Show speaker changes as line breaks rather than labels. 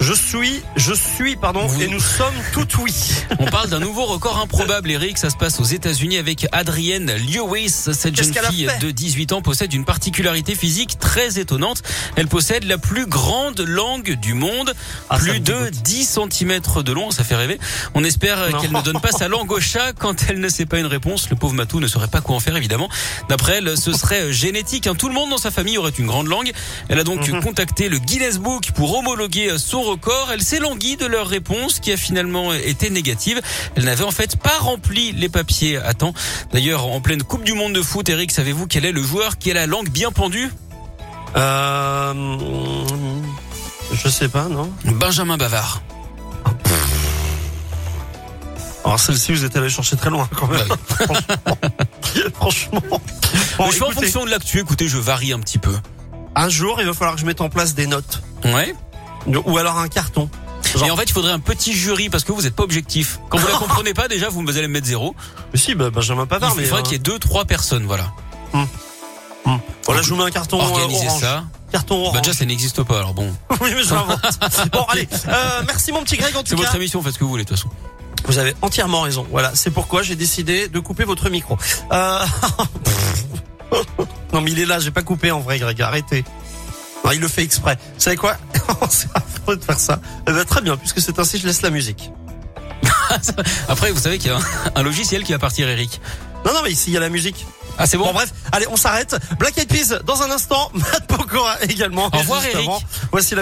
Je suis, je suis, pardon,
Vous.
et nous sommes tout oui.
On parle d'un nouveau record improbable, Eric. Ça se passe aux États-Unis avec Adrienne Lewis. Cette
Qu'est-ce
jeune
qu'elle a
fille
fait
de 18 ans possède une particularité physique très étonnante. Elle possède la plus grande langue du monde,
Ah, ça me
plus de
dégoûte.
10 cm de long. Ça fait rêver. On espère euh,
Non.
qu'elle ne donne pas sa langue au chat quand elle ne sait pas une réponse. Le pauvre Matou ne saurait pas quoi en faire, évidemment. D'après elle, ce serait euh, génétique. hein. Tout le monde dans sa famille aurait une grande langue. Elle a donc
Mhm.
contacté le Guinness Book pour homologuer euh, son record. Elle s'est languie de leur réponse qui a finalement été négative. Elle n'avait en fait pas rempli les papiers à temps. D'ailleurs, en pleine Coupe du Monde de foot, Eric, savez-vous quel est le joueur qui a la langue bien pendue
Euh, mm, je sais pas, non.
Benjamin Bavard.
Alors celle-ci, vous êtes allé chercher très loin quand même. Franchement. Franchement. Bon,
Ah je fais en
écoutez,
fonction de l'actu. Écoutez, je varie un petit peu.
Un jour, il va falloir que je mette en place des notes
Ouais.
ou alors un carton. Genre-
Et en fait, il faudrait un petit jury parce que vous n'êtes pas objectif. Quand vous la comprenez pas, déjà, vous allez me mettre zéro.
Mais si, bah, Benjamin Pavard.
il
mais
faudrait
euh,
qu'il y ait deux, trois personnes, voilà.
Voilà, je vous mets un carton euh,
Organiser
orange.
ça.
Carton orange.
Bah déjà, ça n'existe pas. Alors bon,
oui, mais je l'invente. bon, allez. euh, merci mon petit Greg en
c'est
tout cas.
votre émission, faites ce que vous voulez de toute façon.
Vous avez entièrement raison. Voilà, c'est pourquoi j'ai décidé de couper votre micro. Euh... non, mais il est là, j'ai pas coupé en vrai, Greg. Arrêtez. Non, il le fait exprès. Vous savez quoi C'est affreux de faire ça. Eh ben, très bien, puisque c'est ainsi, je laisse la musique.
Après, vous savez qu'il y a un, un logiciel qui va partir, Eric.
Non, non, mais ici, il y a la musique.
Ah, c'est
Bon,
bon.
bref, allez, on s'arrête. Black Eyed Peas, dans un instant, Matt Pokora également.
Au
Et
revoir,
juste
Eric.
avant, Voici la